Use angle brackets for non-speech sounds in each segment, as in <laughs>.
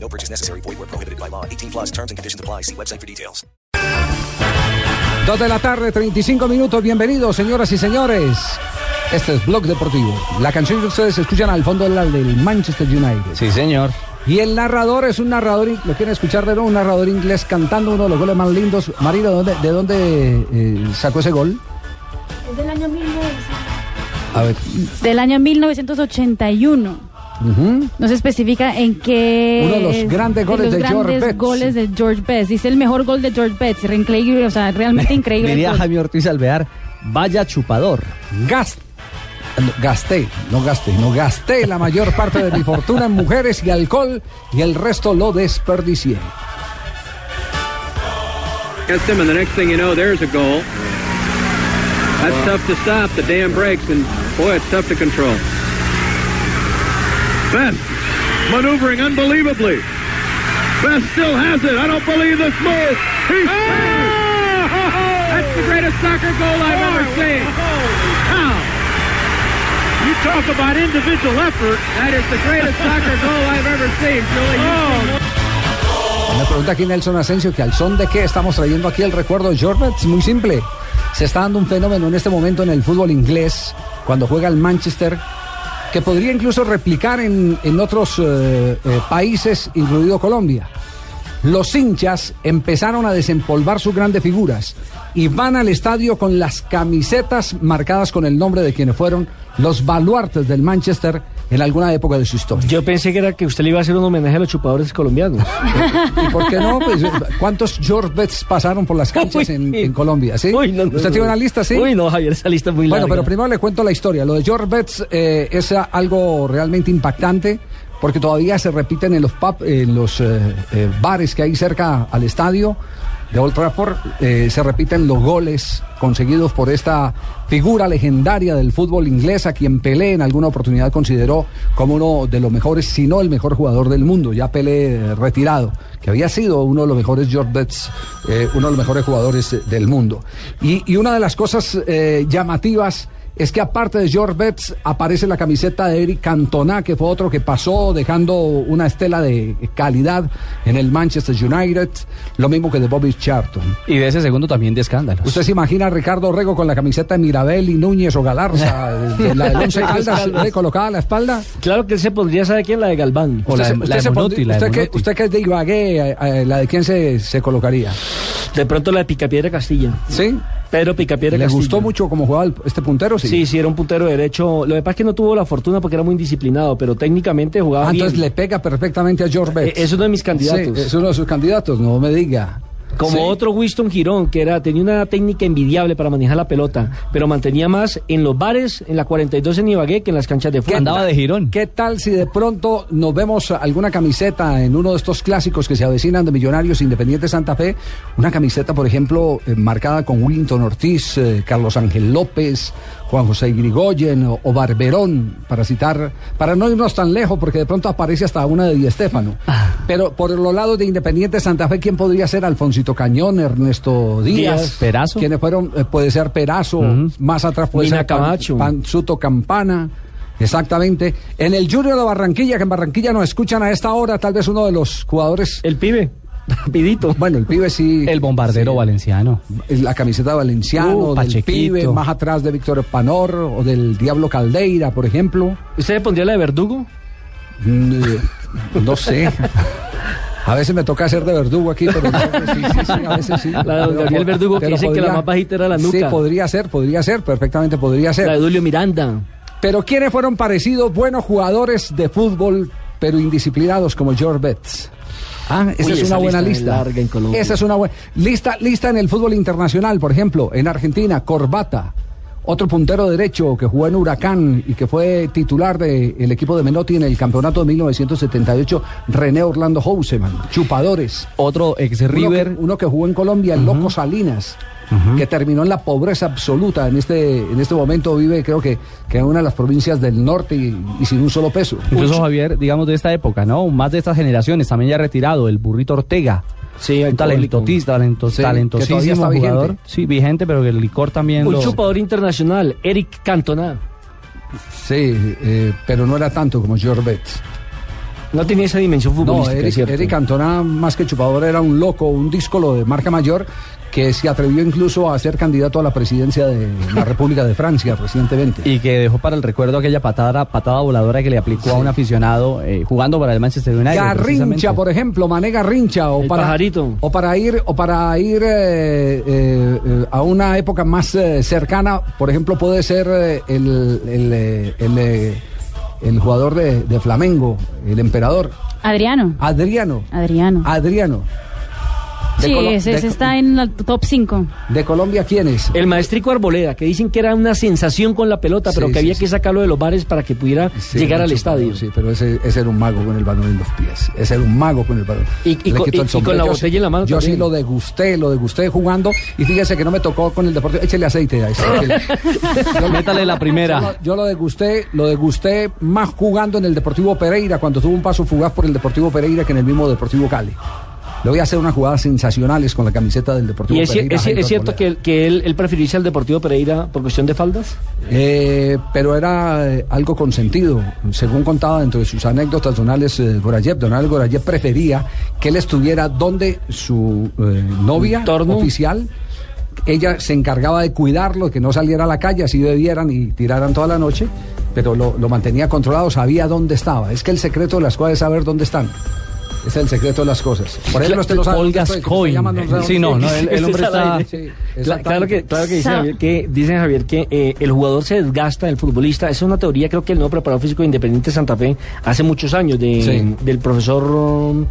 No purchase necessary. Void where prohibited by law. 18 plus terms and conditions apply. See website for details. Dos de la tarde, 35 minutos. Bienvenidos, señoras y señores. Este es Blog Deportivo. La canción que ustedes escuchan al fondo es la del Manchester United. Sí, señor. Y el narrador es un narrador, in- lo quieren escuchar de nuevo, un narrador inglés cantando uno de los goles más lindos. Marina, ¿de dónde, de dónde eh, sacó ese gol? Es del año 1900. A ver. del año 1981. Ujú. No se especifica en qué. Uno de los es- grandes goles los de George grandes Betts. goles de George Betts. Dice el mejor gol de George Betts. Re- Increíble, o <laughs> sea, realmente increíble. el Diría gol. Jaime Ortiz Alvear, vaya chupador. Gas- no, Gasté, no gasté, no gasté la mayor parte de mi fortuna en mujeres y alcohol y el resto lo desperdicié. against him, and the next thing you know, there's a goal. That's tough to stop. The dam breaks, and boy, it's tough to control. Ben, maneuvering unbelievably. Ben still has it. I don't believe this move. He's <laughs> That's the greatest soccer goal I've ever seen. How? You talk about individual effort. That is the greatest soccer goal I've ever seen, Julie. Me pregunta aquí Nelson Asensio que al son de qué estamos trayendo aquí el recuerdo de George Betts. Muy simple. Se está dando un fenómeno en este momento en el fútbol inglés, cuando juega el Manchester, que podría incluso replicar en, en otros eh, eh, países, incluido Colombia. Los hinchas empezaron a desempolvar sus grandes figuras y van al estadio con las camisetas marcadas con el nombre de quienes fueron los baluartes del Manchester en alguna época de su historia. Yo pensé que era que usted le iba a hacer un homenaje a los chupadores colombianos. ¿Y por qué no? Pues, ¿Cuántos George Betts pasaron por las canchas en, Uy. en Colombia? ¿sí? Uy, no, no, ¿Usted no. tiene una lista, sí? Uy, no, Javier, esa lista es muy larga. bueno, pero primero le cuento la historia. Lo de George Betts eh, es ah, algo realmente impactante porque todavía se repiten en los pub, en los eh, eh, bares que hay cerca al estadio de Old Trafford, eh, se repiten los goles conseguidos por esta figura legendaria del fútbol inglés, a quien Pelé en alguna oportunidad consideró como uno de los mejores, si no el mejor jugador del mundo, ya Pelé eh, retirado, que había sido uno de los mejores George Betts, eh, uno de los mejores jugadores eh, del mundo. Y, y una de las cosas eh, llamativas es que aparte de George Betts aparece la camiseta de Eric Cantona, que fue otro que pasó dejando una estela de calidad en el Manchester United, lo mismo que de Bobby Charlton. Y de ese segundo también de escándalos. ¿Usted se imagina a Ricardo Rego con la camiseta de Mirabel y Núñez o Galarza, de la del <laughs> Once Caldas, ¿le colocada a la espalda? Claro que él se pondría, ¿sabe quién? La de Galván. O la Usted de- se- la de usted se Menotti, pondría- la de usted que, Menotti. usted que es de Ibagué, eh, eh, ¿la de quién se, se colocaría? De pronto la de Picapiedra Castilla. ¿Sí? Pedro Picapiedra ¿Le Castilla. gustó mucho cómo jugaba el- este puntero? Sí. Sí, sí, era un puntero derecho. Lo que pasa es que no tuvo la fortuna porque era muy indisciplinado, pero técnicamente jugaba Ah, bien. entonces le pega perfectamente a George Betts. Eh, es uno de mis candidatos. Sí, es uno de sus candidatos, no me diga. Como Sí. otro Winston Girón, que era, tenía una técnica envidiable para manejar la pelota, pero mantenía más en los bares, en la 42 en Ibagué, que en las canchas de fútbol. Andaba de girón. ¿Qué tal si de pronto nos vemos alguna camiseta en uno de estos clásicos que se avecinan de Millonarios Independiente Santa Fe? Una camiseta, por ejemplo, eh, marcada con Willington Ortiz, eh, Carlos Ángel López, Juan José Grigoyen o, o Barberón, para citar, para no irnos tan lejos, porque de pronto aparece hasta una de Di Estefano. Pero por los lados de Independiente Santa Fe, ¿quién podría ser? Alfonsito Cañón, Ernesto Díaz, Díaz, Perazo. ¿Quiénes fueron? Eh, puede ser Perazo, más atrás puede Mina ser Pan- Camacho. Pan- Suto Campana. Exactamente. En el Junior de Barranquilla, que en Barranquilla nos escuchan a esta hora, tal vez uno de los jugadores. El pibe, <laughs> rapidito. Bueno, el pibe sí. El bombardero valenciano. La camiseta de Valenciano, Uh, del Pachequito. pibe, más atrás de Víctor Panor o del Diablo Caldeira, por ejemplo. ¿Usted le pondría la de Verdugo? Mm, eh, No sé. A veces me toca hacer de verdugo aquí, pero no, pues sí, sí, sí, a veces sí. La de don Pero Gabriel po- Verdugo que pero dice que la más bajita era la Sí, nuca. podría ser, podría ser, perfectamente podría ser. La de Julio Miranda. Pero ¿quiénes fueron parecidos buenos jugadores de fútbol, pero indisciplinados como George Betts? Ah, esa Uy, es esa una buena lista es lista. larga en Colombia. esa es una buena lista. Lista en el fútbol internacional, por ejemplo, en Argentina, Corbata. Otro puntero derecho que jugó en Huracán y que fue titular del equipo de Menotti en el campeonato de 1978, René Orlando Houseman. Chupadores. Otro ex Uno que- River. Uno que, jugó en Colombia, el Loco Salinas, que terminó en la pobreza absoluta. En este, en este momento vive, creo que, que en una de las provincias del norte y, y sin un solo peso. Incluso Javier, digamos de esta época, ¿no? Más de estas generaciones, también ya retirado, el burrito Ortega. Sí, un talentotista, talento, Sí, talentosísimo que todavía está vigente. jugador. Sí, vigente, pero que el licor también Un lo- chupador internacional, Eric Cantona. Sí, eh, pero no era tanto como George Betts. No tenía esa dimensión No, futbolística, Eric, ¿cierto? Eric Cantona, más que chupador, era un loco, un díscolo de marca mayor que se atrevió incluso a ser candidato a la presidencia de la República de Francia recientemente. Y que dejó para el recuerdo aquella patada, patada voladora que le aplicó a un aficionado eh, jugando para el Manchester United. precisamente. Garrincha, por ejemplo, Mané Garrincha o El para pajarito. o para ir o para ir eh, eh, eh, a una época más eh, cercana, por ejemplo, puede ser eh, el el, eh, el, eh, el jugador de, de Flamengo, el emperador Adriano. Adriano. Adriano. Adriano. Ah, De sí, Colo- ese, de- ese está en la top 5. de Colombia quién es? El maestrico Arboleda, que dicen que era una sensación con la pelota, pero Sí, que sí, había sí. que sacarlo de los bares para que pudiera Sí, Eh, llegar era al un estadio. chupador, Sí, pero ese, ese era un mago con el balón en los pies. Ese era un mago con el balón. Y- y Le quitó con- el y- y con sombrero. la Yo botella sí- en la mano Yo sí también. lo degusté, lo degusté jugando. Y fíjese que no me tocó con el deporte. Échale aceite a ese. échele. Yo- Métale la primera. Yo lo, yo lo degusté, lo degusté más jugando en el Deportivo Pereira, cuando tuvo un paso fugaz por el Deportivo Pereira que en el mismo Deportivo Cali. Le voy a hacer unas jugadas sensacionales con la camiseta del Deportivo ¿Y es, cier- Pereira. es- Jairo es cierto Arboleda. que, que él, él prefería irse al Deportivo Pereira por cuestión de faldas? Eh, pero era eh, algo consentido. Según contaba dentro de sus anécdotas Donales eh, Gorayev, Donales Gorayev prefería que él estuviera donde su eh, novia Entorno. oficial. Ella se encargaba de cuidarlo, que no saliera a la calle, así bebieran y tiraran toda la noche, pero lo, lo mantenía controlado, sabía dónde estaba. Es que el secreto de las cosas es saber dónde están. Ese Es el secreto de las cosas. Por ejemplo, usted lo sabe. Paul usted estoy- estoy Gascoigne. llamando, sabe Sí, dónde no, no, estoy. el, el hombre Este es al está... aire. Sí, Cla- exactamente. Claro que, claro que dice Sa- Javier que, dice Javier que eh, el jugador se desgasta, el futbolista. Es una teoría, creo que el nuevo preparador físico de Independiente Santa Fe hace muchos años, de- Sí. del profesor um,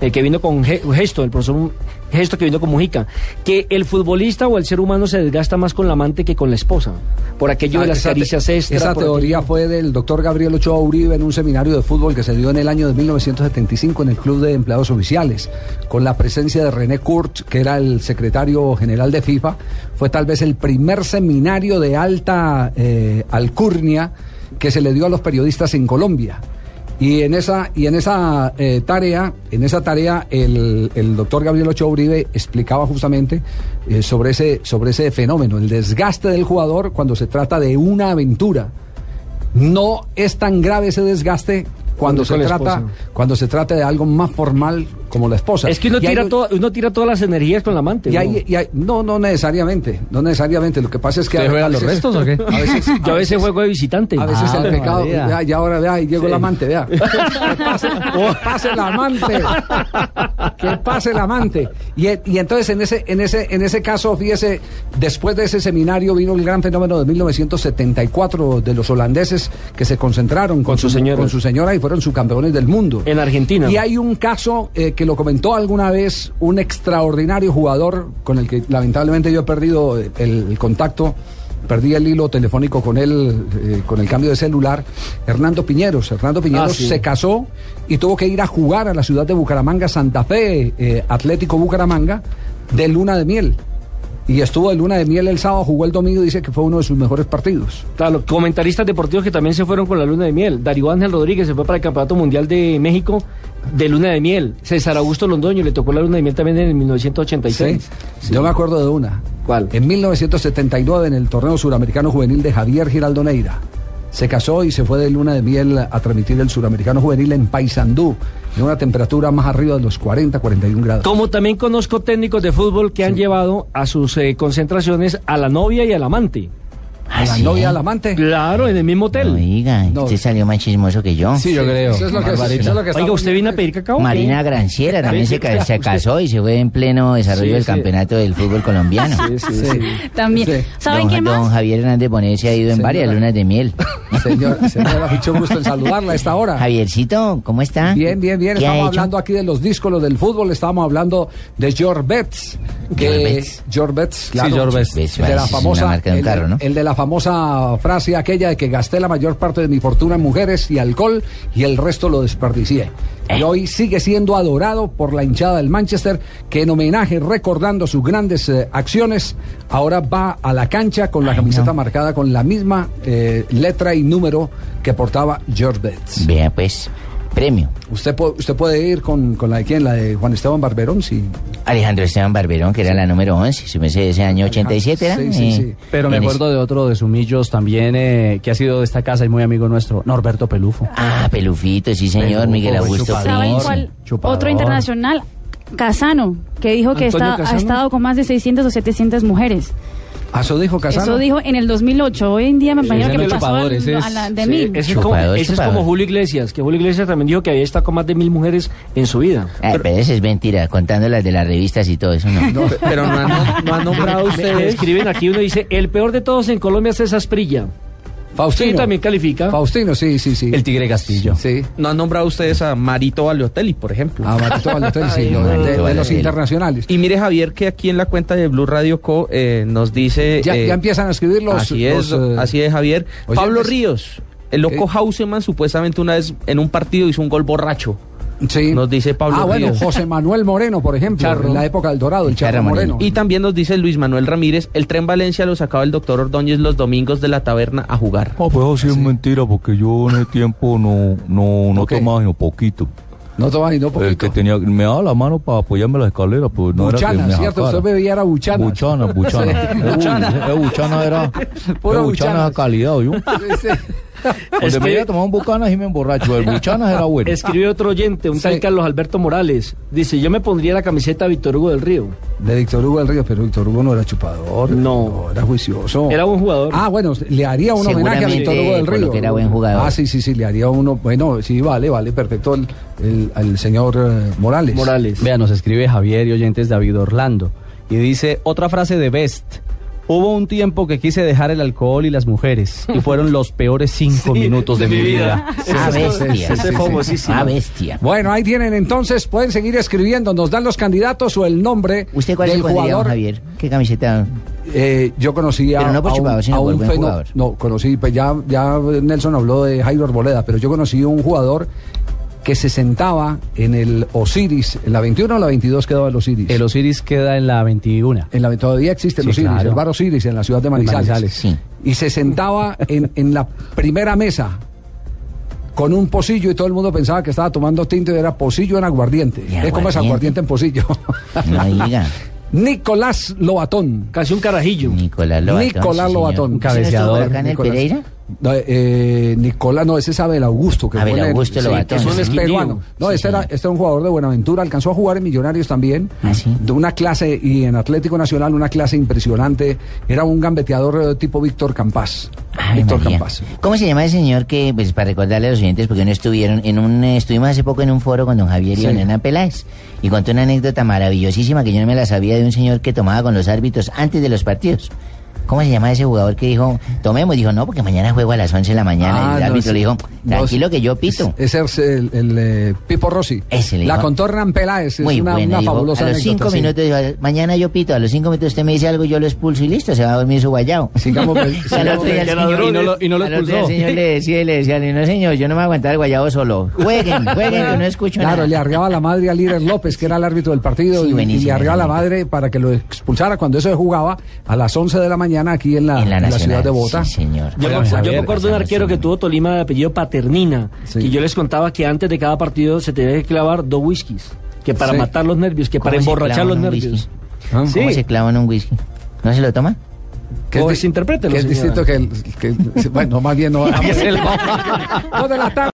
eh, que vino con Ge- Gesto, el profesor Gesto que vino con Mujica, que el futbolista o el ser humano se desgasta más con la amante que con la esposa. Por aquello de Ah, las esa te- caricias extra. Esa por teoría fue del doctor Gabriel Ochoa Uribe en un seminario de fútbol que se dio en el año de 1975 en el Club de Empleados Oficiales, con la presencia de René Kurt, que era el secretario general de FIFA. Fue tal vez el primer seminario de alta eh, alcurnia que se le dio a los periodistas en Colombia. Y en esa, y en esa eh, tarea, en esa tarea, el, el doctor Gabriel Ochoa Uribe explicaba justamente eh, sobre, ese, sobre ese fenómeno, el desgaste del jugador cuando se trata de una aventura. No es tan grave ese desgaste cuando, Cuando es se con la trata, esposa. cuando se trata de algo más formal como la esposa. Es que uno Y hay tira, un- toda- uno tira todas las energías con la amante. y ¿no? hay- e-, y hay- no, no necesariamente, no necesariamente. Lo que pasa es que ¿Usted juega a los veces- restos o qué? A veces, Yo a veces juego de visitante. a veces Ah, el Ave pecado, María. vea, y ahora vea, y llegó el amante, vea. Que pase, que pase el amante. Que pase el amante. Y, e- y entonces en ese, en ese, en ese caso, fíjese, después de ese seminario vino el gran fenómeno de 1974 de los holandeses que se concentraron con, Con su señora. con su señora y fueron subcampeones del mundo. En Argentina. Y hay un caso eh, que lo comentó alguna vez un extraordinario jugador con el que lamentablemente yo he perdido eh, el, el contacto. Perdí el hilo telefónico con él, eh, con el cambio de celular. Hernando Piñeros. Hernando Piñeros Ah, sí. se casó y tuvo que ir a jugar a la ciudad de Bucaramanga, Santa Fe, eh, Atlético Bucaramanga, de luna de miel. Y estuvo de luna de miel el sábado, jugó el domingo y dice que fue uno de sus mejores partidos. Claro, comentaristas deportivos que también se fueron con la luna de miel. Darío Ángel Rodríguez se fue para el Campeonato Mundial de México de luna de miel. César Augusto Londoño le tocó la luna de miel también en el 1986. Sí. Yo me acuerdo de una. ¿Cuál? En 1979, en el torneo suramericano juvenil de Javier Giraldo Neira. Se casó y se fue de luna de miel a transmitir el suramericano juvenil en Paysandú, en una temperatura más arriba de los 40, 41 grados. Como también conozco técnicos de fútbol que han llevado a sus eh, concentraciones a la novia y al amante. ¿A ¿Ah, la novia, al amante? Claro, en el mismo hotel. ¿Ah, Oiga, este No. usted salió más chismoso que yo. Sí, yo creo. Eso es lo que, Barbarita. eso es lo que está- Oiga, ¿usted vino a pedir cacao? Marina Granciera también Sí, se, ca- usted- se casó y se fue en pleno desarrollo Sí, del sí. campeonato del fútbol colombiano. Sí, sí, <laughs> sí. También. Sí. ¿Saben don, quién don más? Javier Hernández Bonet se ha ido en Señora. varias lunas de miel. <laughs> Señora, señora, mucho gusto en saludarla a esta hora. Javiercito, ¿cómo está? Bien, bien, bien. ¿Qué ha Estamos hecho? hablando aquí de los discos del fútbol. Estábamos hablando de George Betts. Que, George Betts. George Betts, claro. George Betts. Betts, El de la es una famosa. marca de un el, carro, ¿no? el de la famosa frase aquella de que gasté la mayor parte de mi fortuna en mujeres y alcohol y el resto lo desperdicié. Eh. Y hoy sigue siendo adorado por la hinchada del Manchester, que en homenaje, recordando sus grandes eh, acciones, ahora va a la cancha con la camiseta marcada con la misma eh, letra y número que portaba George Betts. Vea, pues, premio. Usted, po- usted puede ir con, con la de quién, la de Juan Esteban Barberón, sí. Alejandro Esteban Barberón, que era la número 11, se me hace de ese año 87, ¿era? Sí, sí, Eh, sí. Pero me en acuerdo de otro de Sumillos también, eh, que ha sido de esta casa y muy amigo nuestro, Norberto Pelufo. ese- Ah, Pelufito, sí, señor, Pelufo, Miguel buen Augusto chupador. ¿Saben Prince. cuál? Chupador. Otro internacional, Casano, que dijo que ¿Antonio está- ha Casano? estado con más de 600 o 700 mujeres. Ah, Eso dijo Casano. Eso dijo en el 2008. Hoy en día me imagino ese que no me es pasó chupador, al- ese es- a la de Sí, mil. ese es Chupador, como, ese es chupador. como Julio Iglesias, que Julio Iglesias también dijo que había estado con más de mil mujeres en su vida. Ah, pero eso es mentira, contando las de las revistas y todo eso, no. No, pe- pero no han, <laughs> no han nombrado Me, me ustedes. escriben aquí, uno dice, el peor de todos en Colombia es César Prilla. Faustino. Sí, también califica. Faustino, sí, sí, sí. El Tigre Castillo. Sí. No han nombrado ustedes a Marito Valiotelli, por ejemplo. Ah, Marito Balotelli, sí, Ay, lo- de- de, Marito los Balotelli. internacionales. Y mire, Javier, que aquí en la cuenta de Blue Radio Co. eh, nos dice. ya, eh, ya empiezan a escribir los. así es, los, eh, pues, así es, Javier. oyentes. Pablo Ríos. El loco Hauseman supuestamente una vez en un partido hizo un gol borracho. sí. nos dice Pablo Ah, bueno, Ríos. José Manuel Moreno, por ejemplo, Charro. en la época del Dorado, el Charro Charro Moreno. Moreno. Y también nos dice Luis Manuel Ramírez, el tren Valencia lo sacaba el doctor Ordóñez los domingos de la taberna a jugar. No, pues eso Ah, sí es mentira, porque yo en ese tiempo no, no, no Ok. tomaba sino poquito. No tomas y no El que poquito. tenía, me daba la mano para apoyarme las escaleras, pues no era que Buchanas, me ¿cierto? sacara. Usted bebía era buchanas. Buchana, <laughs> buchana. Eh, buchana. eh, buchana era. Pura eh, buchana buchanas. era calidad, <laughs> yo. <laughs> Sí, sí. Donde me iba a tomar un bucanas y me emborracho. El buchanas era bueno. Escribe otro oyente, un tal Sí. Carlos Alberto Morales. Dice, yo me pondría la camiseta de Víctor Hugo del Río. De Víctor Hugo del Río, pero Víctor Hugo no era chupador. No. era juicioso. Era buen jugador. Ah, bueno, le haría un homenaje a Seguramente, Víctor Hugo del por Río. lo que era buen jugador. Ah, sí, sí, sí, le haría uno. Bueno, sí, vale, vale, perfecto. El, el- al señor eh, Morales. Morales. Vea, nos escribe Javier y oyentes David Orlando. Y dice, otra frase de Best. Hubo un tiempo que quise dejar el alcohol y las mujeres. Y fueron los peores <laughs> cinco minutos de mi vida. Ah, sí, Este, sí, bestia. sí, sí, sí. Ah, bestia. Bueno, ahí tienen entonces, pueden seguir escribiendo, nos dan los candidatos o el nombre ¿Usted cuál del se pondría, don jugador. Javier? ¿Qué camiseta? Eh, yo conocí a, Pero no por a chupado, sino a por un buen fenó- jugador. No, conocí, pues ya, ya Nelson habló de Jairo Arboleda, pero yo conocí a un jugador que se sentaba en el Osiris, en la 21 o la 22 quedaba el Osiris. El Osiris queda en la 21. En la, todavía existe Sí, los Osiris, claro. el bar Osiris en la ciudad de Manizales. Manizales, sí. Y se sentaba en, en la primera mesa con un pocillo y todo el mundo pensaba que estaba tomando tinto y era pocillo en aguardiente. Y Es como es aguardiente aguardiente. en pocillo. <laughs> No diga. Nicolás Lobatón. Casi un carajillo. Nicolás Lobatón. Nicolás sí, señor. Lobatón, este ¿Ese no estuvo cabeceador, por acá en el Nicolás. Pereira? No, eh, Nicolás, no, ese es Abel Augusto. Que Abel fue en el- Augusto Lobatón, que es un sí. peruano. No, Sí, este, era, señor. este era un jugador de Buenaventura, alcanzó a jugar en Millonarios también. Ah, sí. De una clase, y en Atlético Nacional, una clase impresionante. Era un gambeteador eh, tipo Víctor Campás. Ay, Víctor María. Campás. ¿Cómo se llama ese señor que, pues para recordarle a los oyentes, porque no estuvieron, en un, eh, estuvimos hace poco en un foro con don Javier y Sí. don Hernán Peláez, y contó una anécdota maravillosísima que yo no me la sabía de un señor que tomaba con los árbitros antes de los partidos. ¿Cómo se llama ese jugador que dijo, tomemos? Dijo, no, porque mañana juego a las 11 de la mañana. Ah, y el no, árbitro ese- le dijo, no, tranquilo ese- que yo pito. Ese es el, el, eh, Pipo Rossi. Ese le La dijo. contornan Peláez. Es Muy una, buena, una dijo, fabulosa a los anécdota, cinco sí. minutos, dijo, mañana yo pito, a los cinco minutos usted me dice algo, yo lo expulso y listo, se va a dormir <laughs> su guayao. Sigamos, pues, Y <laughs> al sigamos. otro día el señor- Y no lo- y no lo al otro día el expulsó. señor le decía y le decía, no señor, yo no me voy a aguantar el guayabo solo. Jueguen, jueguen, que no escucho Claro, le nada. arreaba la madre a Líder López, que era el árbitro del partido, Sí, y- y, buenísimo, le arreaba la buenísimo. madre para que lo expulsara cuando eso se jugaba a las 11 de la mañana aquí en la, en la, en la nacional, ciudad de Bogotá. Sí, señor. Yo, me- Oigan, yo Javier, me acuerdo de un arquero que tuvo Tolima de apellido Paternina, Sí. que yo les contaba que antes de cada partido se tenía que clavar dos whiskies, que para Sí. matar los nervios, que para ¿Cómo se emborrachar clavan los un nervios. whisky? Ah, ¿Cómo se clavan un whisky? ¿No se lo toman? que es Pues di- interprételo, que es señora. distinto que, el- que- bueno, más bien no. Dos de la tarde.